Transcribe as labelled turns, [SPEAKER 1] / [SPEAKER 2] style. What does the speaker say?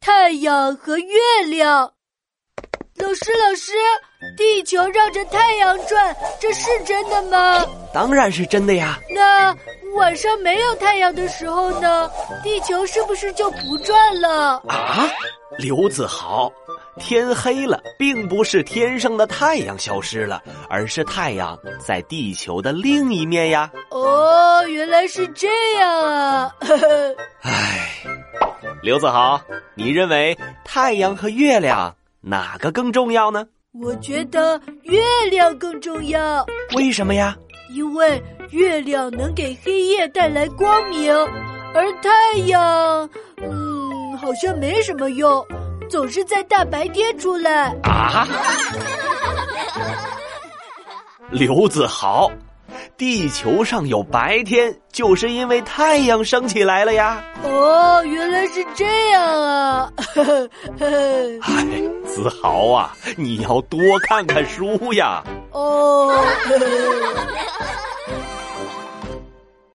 [SPEAKER 1] 太阳和月亮。老师，老师，地球绕着太阳转，这是真的吗？
[SPEAKER 2] 当然是真的呀。
[SPEAKER 1] 那晚上没有太阳的时候呢？地球是不是就不转了？
[SPEAKER 2] 啊，刘子豪，天黑了，并不是天上的太阳消失了，而是太阳在地球的另一面呀。
[SPEAKER 1] 哦，原来是这样啊！呵呵
[SPEAKER 2] 唉，刘子豪，你认为太阳和月亮哪个更重要呢？
[SPEAKER 1] 我觉得月亮更重要，
[SPEAKER 2] 为什么呀？
[SPEAKER 1] 因为月亮能给黑夜带来光明，而太阳，嗯，好像没什么用，总是在大白天出来。
[SPEAKER 2] 啊！刘子豪，地球上有白天，就是因为太阳升起来了呀。
[SPEAKER 1] 哦，原来是这样啊！ 呵呵呵呵
[SPEAKER 2] 哎，子豪啊，你要多看看书呀。
[SPEAKER 1] 哦。呵呵